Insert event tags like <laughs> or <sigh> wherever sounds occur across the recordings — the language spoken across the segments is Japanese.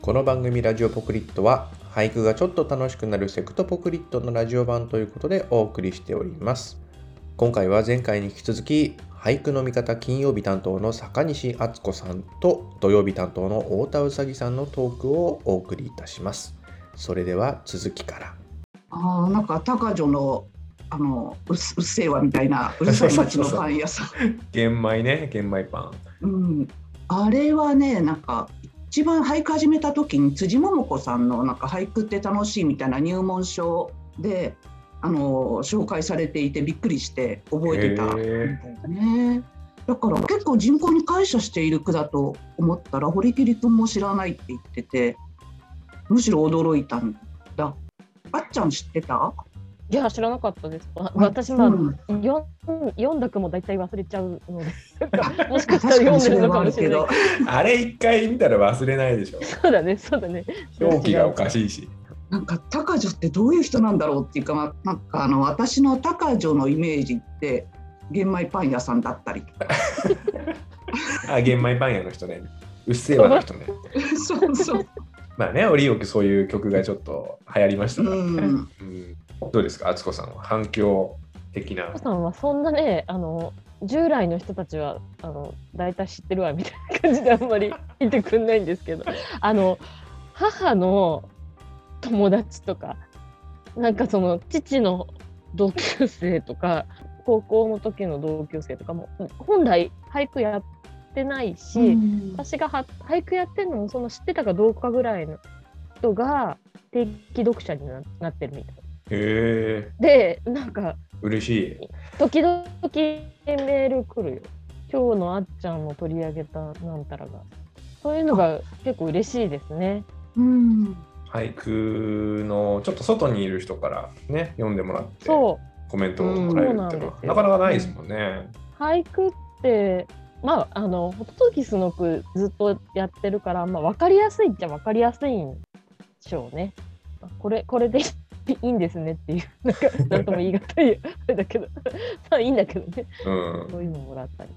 この番組ラジオポクリットは俳句がちょっと楽しくなるセクトポクリットのラジオ版ということでお送りしております今回は前回に引き続き俳句の味方金曜日担当の坂西敦子さんと土曜日担当の太田うさぎさんのトークをお送りいたしますそれでは続きからあーなんか高女のあのうっうっせえわみたいなうるさい町のパン屋さん。玄米ね玄米パンうん、あれはねなんか一番俳句始めた時に辻桃子さんのなんか俳句って楽しいみたいな入門書であの紹介されていてびっくりして覚えてたみたいなね。だから結構人口に感謝している句だと思ったら堀切君も知らないって言っててむしろ驚いたんだ。あっちゃん知ってたいや、知らなかったです。わうん私、まあうん、読ん読んだ句も大体忘れちゃうので、もしかし確たらかに読んでそるれのはかあもるしれけないど。あれ一回見たら忘れないで <laughs> しょ。そうだね、そうだね。表記がおかしいし。なんか高女ってどういう人なんだろうっていうか、まあ、なんかあの私の高女のイメージって玄米パン屋さんだったりとかあ、玄米パン屋の人ね。うっせぇわの人ね。そうそう、まあね、折よくそういう曲がちょっと流行りましたから。うん、うんどうですか、敦子さんは反響的なお父。さんはそんなね、あの、従来の人たちは、あの、大体知ってるわみたいな感じで、あんまり <laughs> 言ってくんないんですけど、あの、母の友達とか、なんかその、父の同級生とか、高校の時の同級生とかも、本来、俳句やってないし、私がは俳句やってるのもその知ってたかどうかぐらいの人が定期読者にななってるみたいへえ、でなんか嬉しい。時々メール来るよ今日のあっちゃんも取り上げたなんたらがそういうのが結構嬉しいですねうん俳句のちょっと外にいる人からね、読んでもらって、そうコメントをもらえるっていうのうんそうなんでは、すなよかなかないですもんね。俳句ってまああのホトトギスの句ずっとやってるから、まあ、分かりやすいっちゃ分かりやすいんでしょうね。あこれこれでいいんですねっていう <laughs> なんかなんとも言い難いあれだけど <laughs> まあいいんだけどねうん。そういうのもらったり。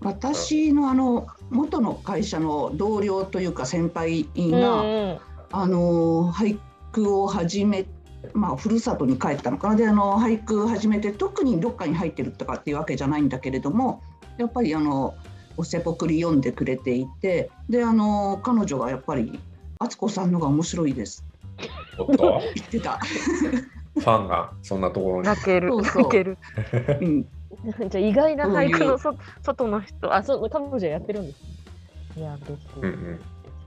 私のあの元の会社の同僚というか先輩うんが、うんあの俳句を始めまあ、ふるさとに帰ったのかなであの俳句始めて特にどっかに入ってるとかっていうわけじゃないんだけれどもやっぱりあのおせぽくり読んでくれていてであの彼女がやっぱり「敦子さんのが面白いですおっ <laughs> と、」言ってた、ファンがそんなところに。けそうそう泣ける。うん、 <laughs> じゃあ意外な俳句そういのうそ外の人、あ、そう、彼女やってるんですね。いや、嬉しい。うんうん嬉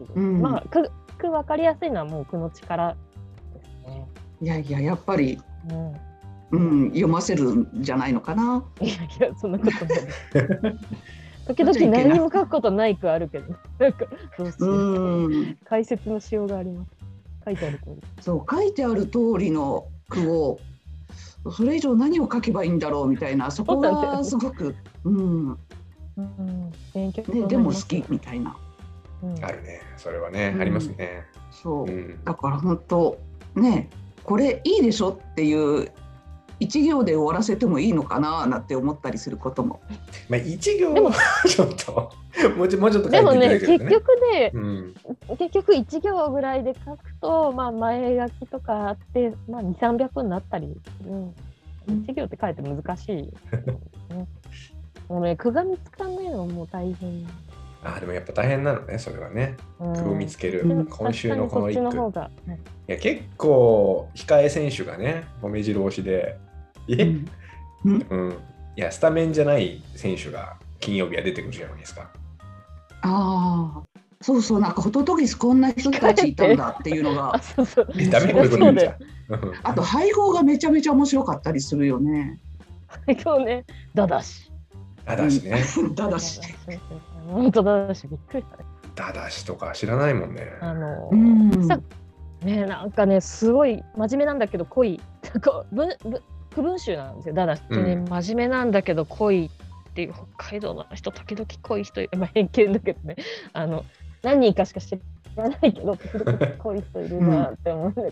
しいうんまあ、句、句分かりやすいのはもう句の力ですね。いやいややっぱり、うんうん、読ませるんじゃないのかな。いやいや、そんなことな <laughs> い。時々何も書くことない句あるけど、なんか、どうしよううん解説のしようがあります。書いてあるとそう書いてある通りの句をそれ以上何を書けばいいんだろうみたいなそこそうなんだがよすごく、うんうん、勉強ね、でも好き。みたいなうん、あるね、それはねう、んありますね。。そううんだから本当ねこれいいでしょっていう一行で終わらせてもいいのかななんて思ったりすることもまあ、一行でもは <laughs> ちょっともうちょもうちょっと書でいもていただね、ける結とね。局ね、うん、結局一行ぐらいで書くと、まあ、前書きとかあって、まあ、2、300になったり、うん、一行って書いて難しい、 <laughs> ね。もうね、句が見つかんないのはもう大変。あでもやっぱ大変なのねそれはねうん句を見つける、うん今週のこの一確かにそっちの句方が、うんいや結構控え選手がね目白押しでうえ、んうん、いやスタメンじゃない選手が金曜日は出てくるじゃないですかああそうそうなんかホトトギスこんな人たちいたんだっていうのあ、がそうそう。 <laughs> えダメこういうこと言っちゃうあと配合がめちゃめちゃ面白かったりするよね。今日ね、だだし。ダダシねだだし。本当だだし、びっくりしたね。ダダシとか知らないもんねあの、うんさね、なんかね、すごい真面目なんだけど <laughs> 濃い。なんか文文区分集なんですよ、だだしってね、うん真面目なんだけど濃いっていう、北海道の人、時々濃い人いる、まあ、偏見だけどね、あの、何人かしか知らないけど、時々濃い人いるなって思うんだか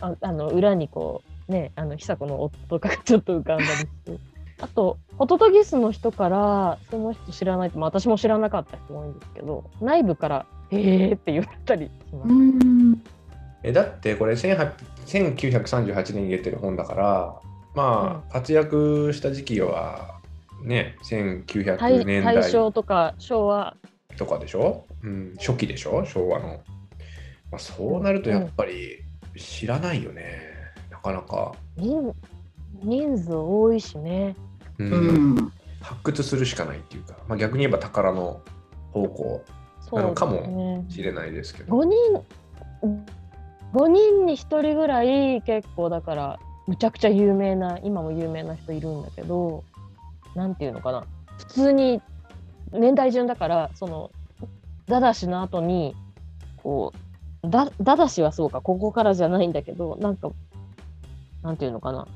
ら、ああの、裏にこう、ね、あの、久子の夫がちょっと浮かんだりして。あと、ホトトギスの人から、その人知らないって、まあ、私も知らなかった人多いんですけど、内部から、へえーって言ったりします。うんえだってこれ1800 1938年に出てる本だからまあ活躍した時期はね1900大年大代正とか昭和とかでしょ、うん、初期でしょ昭和の、まあ、そうなるとやっぱり知らないよね、なかなか、人人数多いしね。うんうん発掘するしかないっていうか、まあ、逆に言えば宝の方向そうなのかもですね。知れないですけど5人5人に1人ぐらい結構だからむちゃくちゃ有名な今も有名な人いるんだけどなんていうのかな普通に年代順だからそのダダシの後にこうだダダシはそうかここからじゃないんだけどなんかなんていうのかな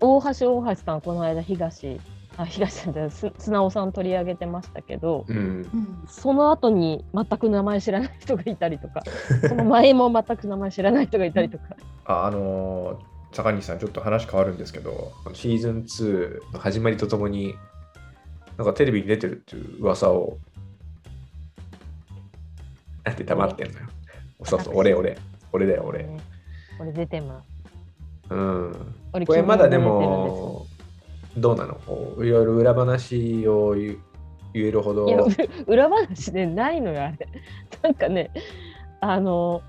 大橋大橋さんこの間東あ東さんってす砂尾さん取り上げてましたけど、うんうんその後に全く名前知らない人がいたりとか、 <laughs> その前も全く名前知らない人がいたりとか。ああのー坂西さんちょっと話変わるんですけどシーズン2の始まりとともになんかテレビに出てるっていう噂をなんて黙ってんのよそうそう俺俺俺だよ俺ね。俺出てます。うん俺これまだで昨もどうなのこういろいろ裏話を言う言えるほど日出てるんですよいや、う裏話でないのよ、あれ。 <laughs> なんかね、あの、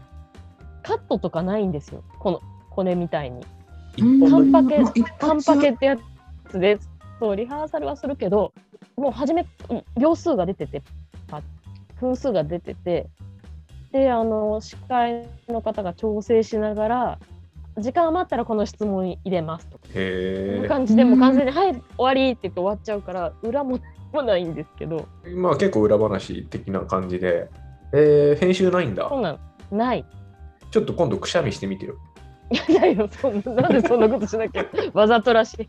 カットとかないんですよ。この、これみたいに。一本撮カりンパケもう一発カンパケってやつで、そう、リハーサルはするけど、もう初め、秒数が出てて、パ分数が出てて、で、あの、司会の方が調整しながら、時間余ったらこの質問入れますとか、そういへう感じで、もう完全に、はい、終わりって言って終わっちゃうから、裏ももないんですけど、えまあ結構裏話的な感じでえー、編集ないんだそんなの、ない。ちょっと今度くしゃみしてみてよいやいやいや、そんな、なんでそんなことしなきゃ、わざとらし <laughs> い。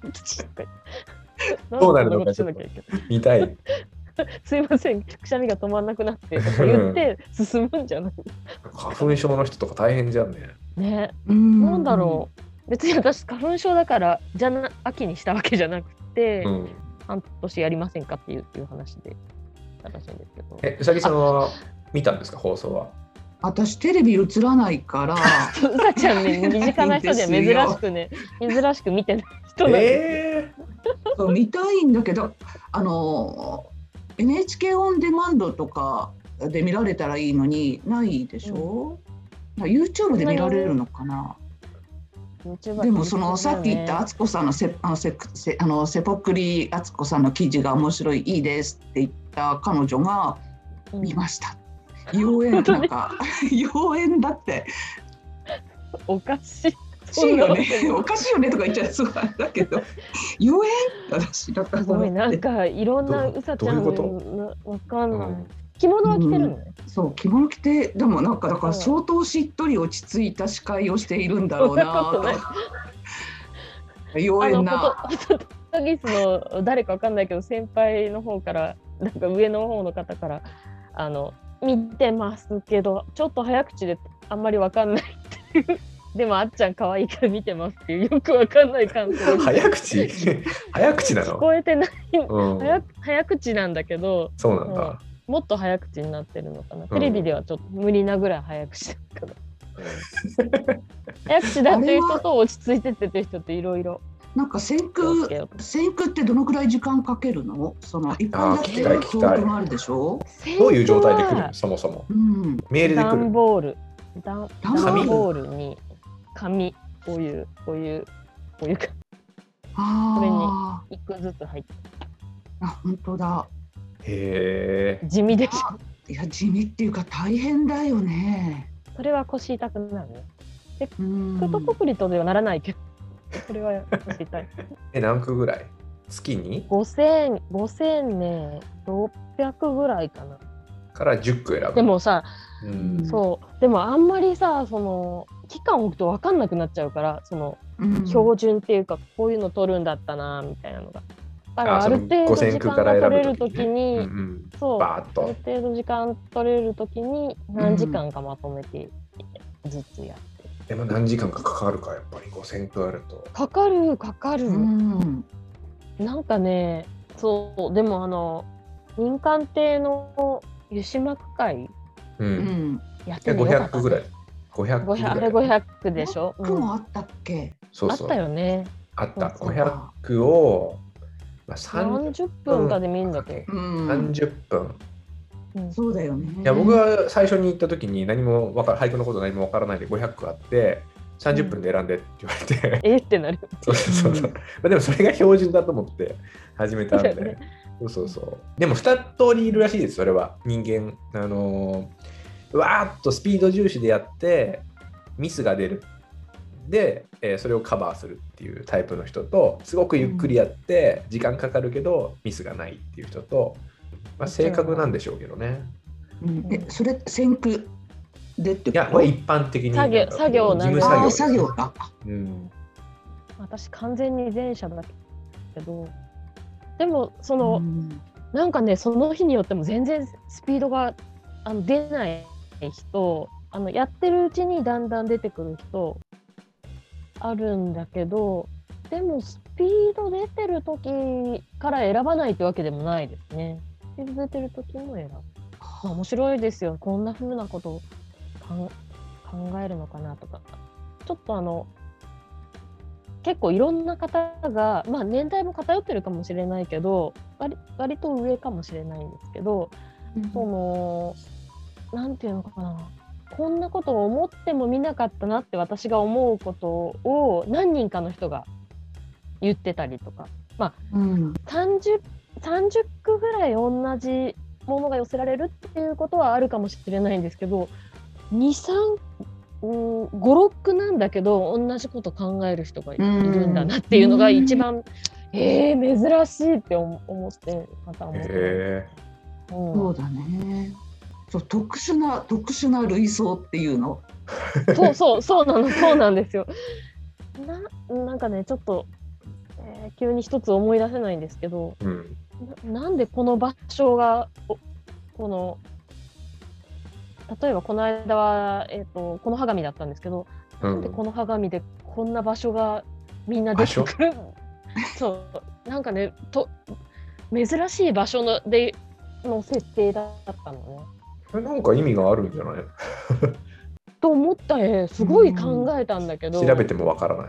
どうなるのかんでそんなことしなきゃいけない見たいすいません、くしゃみが止まらなくなって <laughs> とか言って進むんじゃない、花粉症の人とか大変じゃんねね、うんなんだろう。別に私、花粉症だから、じゃな秋にしたわけじゃなくて、うん半年やりませんかっていうっていう話で、たらしいんですけど。えうさぎさんは見たんですか放送は私テレビ映らないから。そううさちゃんね、身近な人でないんですよ珍しくね、珍しく見てない人なんでえそう見たいんだけどあの NHK オンデマンドとかで見られたらいいのにないでしょ、う YouTube で見られるのかな、すよ。でもそのさっき言ったあ敦子さんのせあのせせあのセポクリ敦子さんの記事が面白いいいですって言った彼女が見ました、妖艶なん <laughs> か妖艶だっておかしい。おかしいよねそんなおわかしいよねとか言っちゃいそうなんだけど妖艶私だからけす <laughs> ごいなんかいろんなうさちゃんどういうのわかーんうないん。着物は着てるのね。そう着物着てでもなんかだからそう相当しっとり落ち着いた司会をしているんだろうなそんな <laughs> ことと妖艶あのなフォトフォトギスの誰かわかんないけど先輩の方からなんか上の方の方からあの見てますけどちょっと早口であんまりわかんないっていうでもあっちゃん可愛いから見てますっていうよくわかんない感想早 <laughs> 口早口な聞の、こえてないうん、早早口なんだけどそうなんだ、もっと早口になってるのかな、テレビではちょっと無理なぐらい早口だから早口だっていう人と落ち着いてってっていう人っていろいろなんか先気を空つけようと先空ってどのくらい時間かけるのその一般だってあー聞きたい聞きたいトークもあるでしょどういう状態で来る先生はのそもそもうんメールで来段るボール段段ボール段ボールに紙こういうこういうこういうかあ一個ずつ入ってーあ本当だへえ地味で <laughs> しょいや地味っていうか大変だよねそれは腰痛くなるねうんクートポクリとではならないけどこれは腰痛いえ何区ぐらい月に5000 5000ね600ぐらいかなから10区選ぶで、もさうん、そうでもあんまりさその期間を置くと分かんなくなっちゃうからそのうん標準っていうかこういうの取るんだったなみたいなのがだからああそのる程度時間が取れるときうに、んうん、そうバーッあると程度時間取れるときに何時間かまとめてずつや、でも何時間かかかるかやっぱり5000区あるとかかるかかる、うんなんかねそうでもあの民間艇の湯島区会うう。んん、やってもよかった500ぐらい。500ぐ500あられい。 500でしょ、僕うんもあったっけ、そうあそっうた。よねあった。そうか500を、まあ、30 40分かで見るんだっけ、うん30分。うんそうだよねいや僕は最初に行った時に何もわから俳句のこと何もわからないで500あって30分で選んでって言われて、えーってなる <laughs> そうそうそう、まあ、でもそれが標準だと思って始めたんでそうだよそうそうそうでも2通りいるらしいですそれは人間あのーうわーっとスピード重視でやってミスが出るで、えーそれをカバーするっていうタイプの人とすごくゆっくりやって時間かかるけどミスがないっていう人と、まあ、性格なんでしょうけどね。うんえそれ先駆でっていや、これ一般的に。作業なんか作業事なん務だあ作業あ作業だうん。私完全に前者だけどでもその、うんなんかねその日によっても全然スピードがあの出ない人あのやってるうちにだんだん出てくる人あるんだけどでもスピード出てる時から選ばないってわけでもないですね。スピード出てる時も選ぶ。まあ面白いですよこんな風なことをかん考えるのかなとかちょっとあの結構いろんな方が、まあ、年代も偏ってるかもしれないけど割割と上かもしれないんですけどそのなんていうのかなこんなことを思っても見なかったなって私が思うことを何人かの人が言ってたりとかうん、 30, 30句ぐらい同じものが寄せられるっていうことはあるかもしれないんですけど2356句なんだけど同じこと考える人がいうんるんだなっていうのが一うん番、えー、珍しいって思思ってまた思って、へうんそうだねそう特殊な特殊な類想っていうのそうそうそうなのそうなんですよ。ななんかねちょっと、えー急に一つ思い出せないんですけど、え。うん。ななんでこの場所がおこの例えばこの間は、えー、とこの鏡だったんですけど、うなんでん。この鏡でこんな場所がみんな出てくる <laughs> そうなんかねと珍しい場所のでの設定だったのね。なんか意味があるんじゃないと思ったねすごい考えたんだけど、調べてもわからない。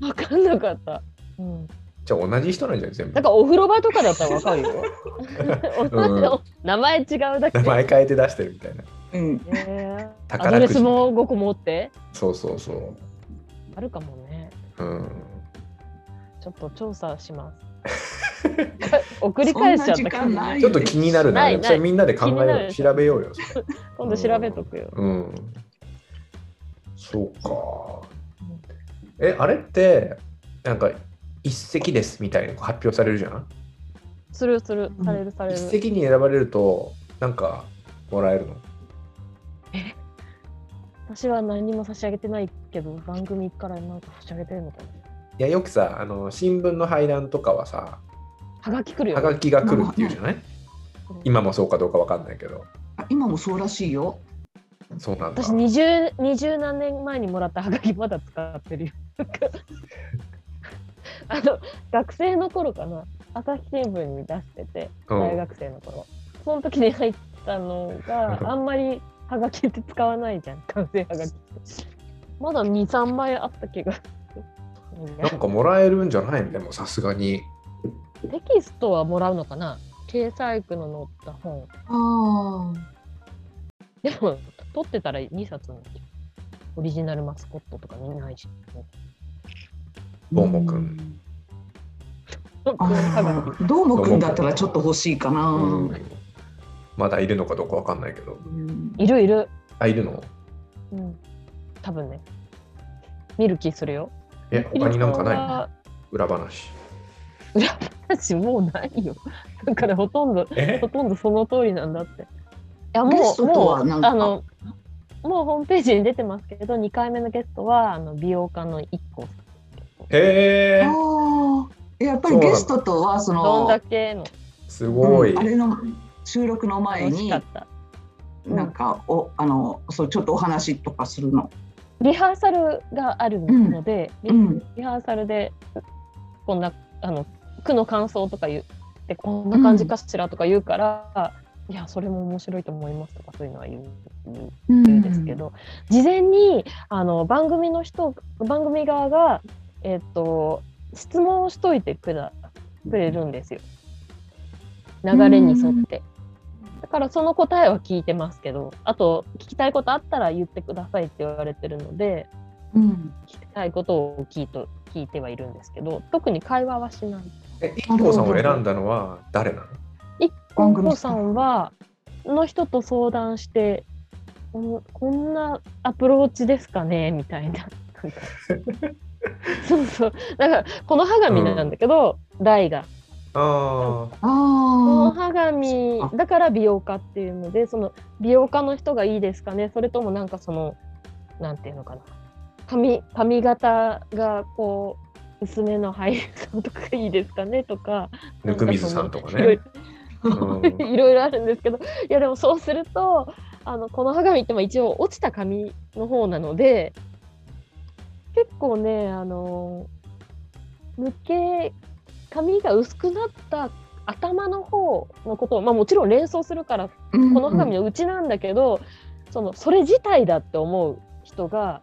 分かんなかった。うんじゃあ同じ人なんじゃない全部なん。かお風呂場とかだったらわかるよ。うん名前違うだ <laughs> け名。前変えて出してるみたいな。うんえー、アド宝レくじスも5個持ってそうそうそあるかもね。う。うん。ちょっと調査します。送り返しちゃっそんな時た間ないちょっと気になるなな。いでもそれみんなで考気になえよう。る調べようよ。<laughs> それ今度調べとくよ。うん。そうか。え、あれって、なんか、一席ですみたいな発表されるじゃんするするうんされるされ一る。席に選ばれると、なんか、もらえるの私は何も差し上げてないけど番組からなんか差し上げてるのかな。いやよくさあの新聞の配覧とかはさはがき来るはよ。がきが来るっていうじゃないうん今もそうかどうかわかんないけどあ今もそうらしいよそうなんだ私二十二十何年前にもらったはがきまだ使ってるよ。 <laughs> あの学生の頃かな朝日新聞に出しててうん大学生の頃、その時に入ったのがあんまりはがきって使わないじゃん完成はがきってまだ23枚あった気がすなるんかもらえるんじゃないのでもさすがにテキストはもらうのかな掲載句の載った本あでも取ってたら2冊なんじゃんオリジナルマスコットとかみんなないしどーもくんはがきあーどーもくんだったらちょっと欲しいかな、うんまだいるのかどうかわかんないけどうんいるいるあいるのうん、多分ね。見る気するよ。え他になんかないのい。裏話私もうないよ。だからほとんど、えほとんどその通りなんだって。いや、ゲもスう、トともはう、なんかあの、もうホームページに出てますけど、2回目のゲストは、あの美容家の IKKO さん。へえああやっぱりゲストとはそどんのだけのすごいうんあれの収録の前楽しにかった。なんかおあのそうちょっとお話とかするの。リハーサルがあるので、リうんリハーサルで、こんな、あの、句の感想とか言って、こんな感じかしらとか言うから、いやそれも面白いと思いますとかそういうのは言うう言うんんですけど、事前にあの番組の人番組側が、えっと質問をしといてくだくれるんですよ流れに沿って。だからその答えは聞いてますけどあと聞きたいことあったら言ってくださいって言われてるのでうん聞きたいことを聞いと聞いてはいるんですけど特に会話はしない。え、IKKO さんを選んだのは誰なの一番組個さんはの人と相談してこんこんなアプローチですかねみたいな。なんかそうそうだからこの歯紙なんだけど、台がああ、このあ歯紙あだから美容家っていうのでその美容家の人がいいですかねそれともなんかそのなんていうのかな髪髪型がこう薄めの俳優さんとかがいいですかねとかぬくみずさんとかいろ <laughs> いねろ。うんいろいろあるんですけど、いやでもそうすると、あのこの鏡ってまあ一応落ちた紙の方なので、結構ね、あの抜け、髪が薄くなった頭の方のことを、まあ、もちろん連想するから、こあ、うんの鏡のうちなんだけど、そのそれ自体だって思う人が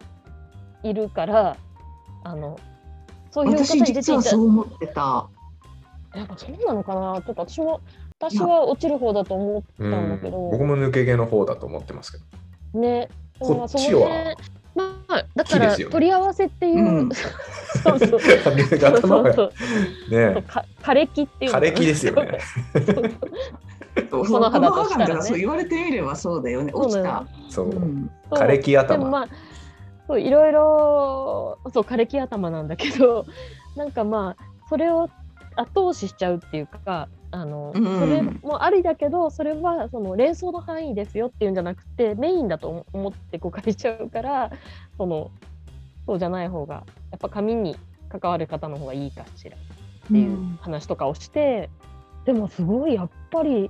いるから、あのそういう方私に出てい実はたそう思ってた。やっぱそうなのかなちょっと私も私は落ちる方だと思ったんだけど、僕も抜け毛の方だと思ってますけど。ねこっちはまあだ木かでらすよね取り合わせっていう、 <laughs> うんそうそう髪の毛 <laughs> 頭がそうそうねか枯れ木っていうの枯れ木ですよね。そうそうそうその肌としたらこねの肌がそう言われてみればそうだよね。そう落ちた。そうう。んそう枯れ木でも頭。まあそういろいろそう枯れ木頭なんだけど <laughs> なんかまあそれを後押ししちゃうっていうかあの、うんそれもありだけどそれはその連想の範囲ですよっていうんじゃなくてメインだと思って誤解しちゃうからそのそうじゃない方がやっぱ紙に関わる方の方がいいかしらっていううん話とかをして、でもすごいやっぱり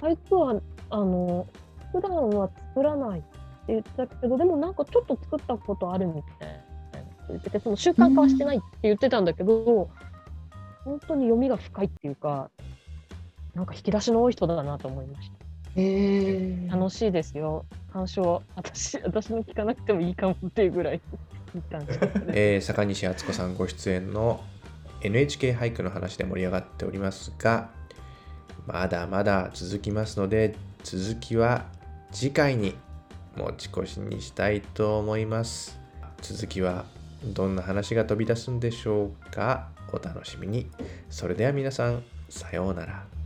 俳句はあの普段は作らないって言ってたけどでもなんかちょっと作ったことあるみたいな言っててその習慣化はしてないって言ってたんだけど、本当に読みが深いっていうかなんか引き出しの多い人だなと思いました。へえ。楽しいですよ鑑賞私私の聞かなくてもいいかもっていうぐらいいい鑑賞です <laughs> えー坂西敦子さんご出演の NHK 俳句の話で盛り上がっておりますがまだまだ続きますので続きは次回に持ち越しにしたいと思います続きはどんな話が飛び出すんでしょうかお楽しみにそれでは皆さんさようなら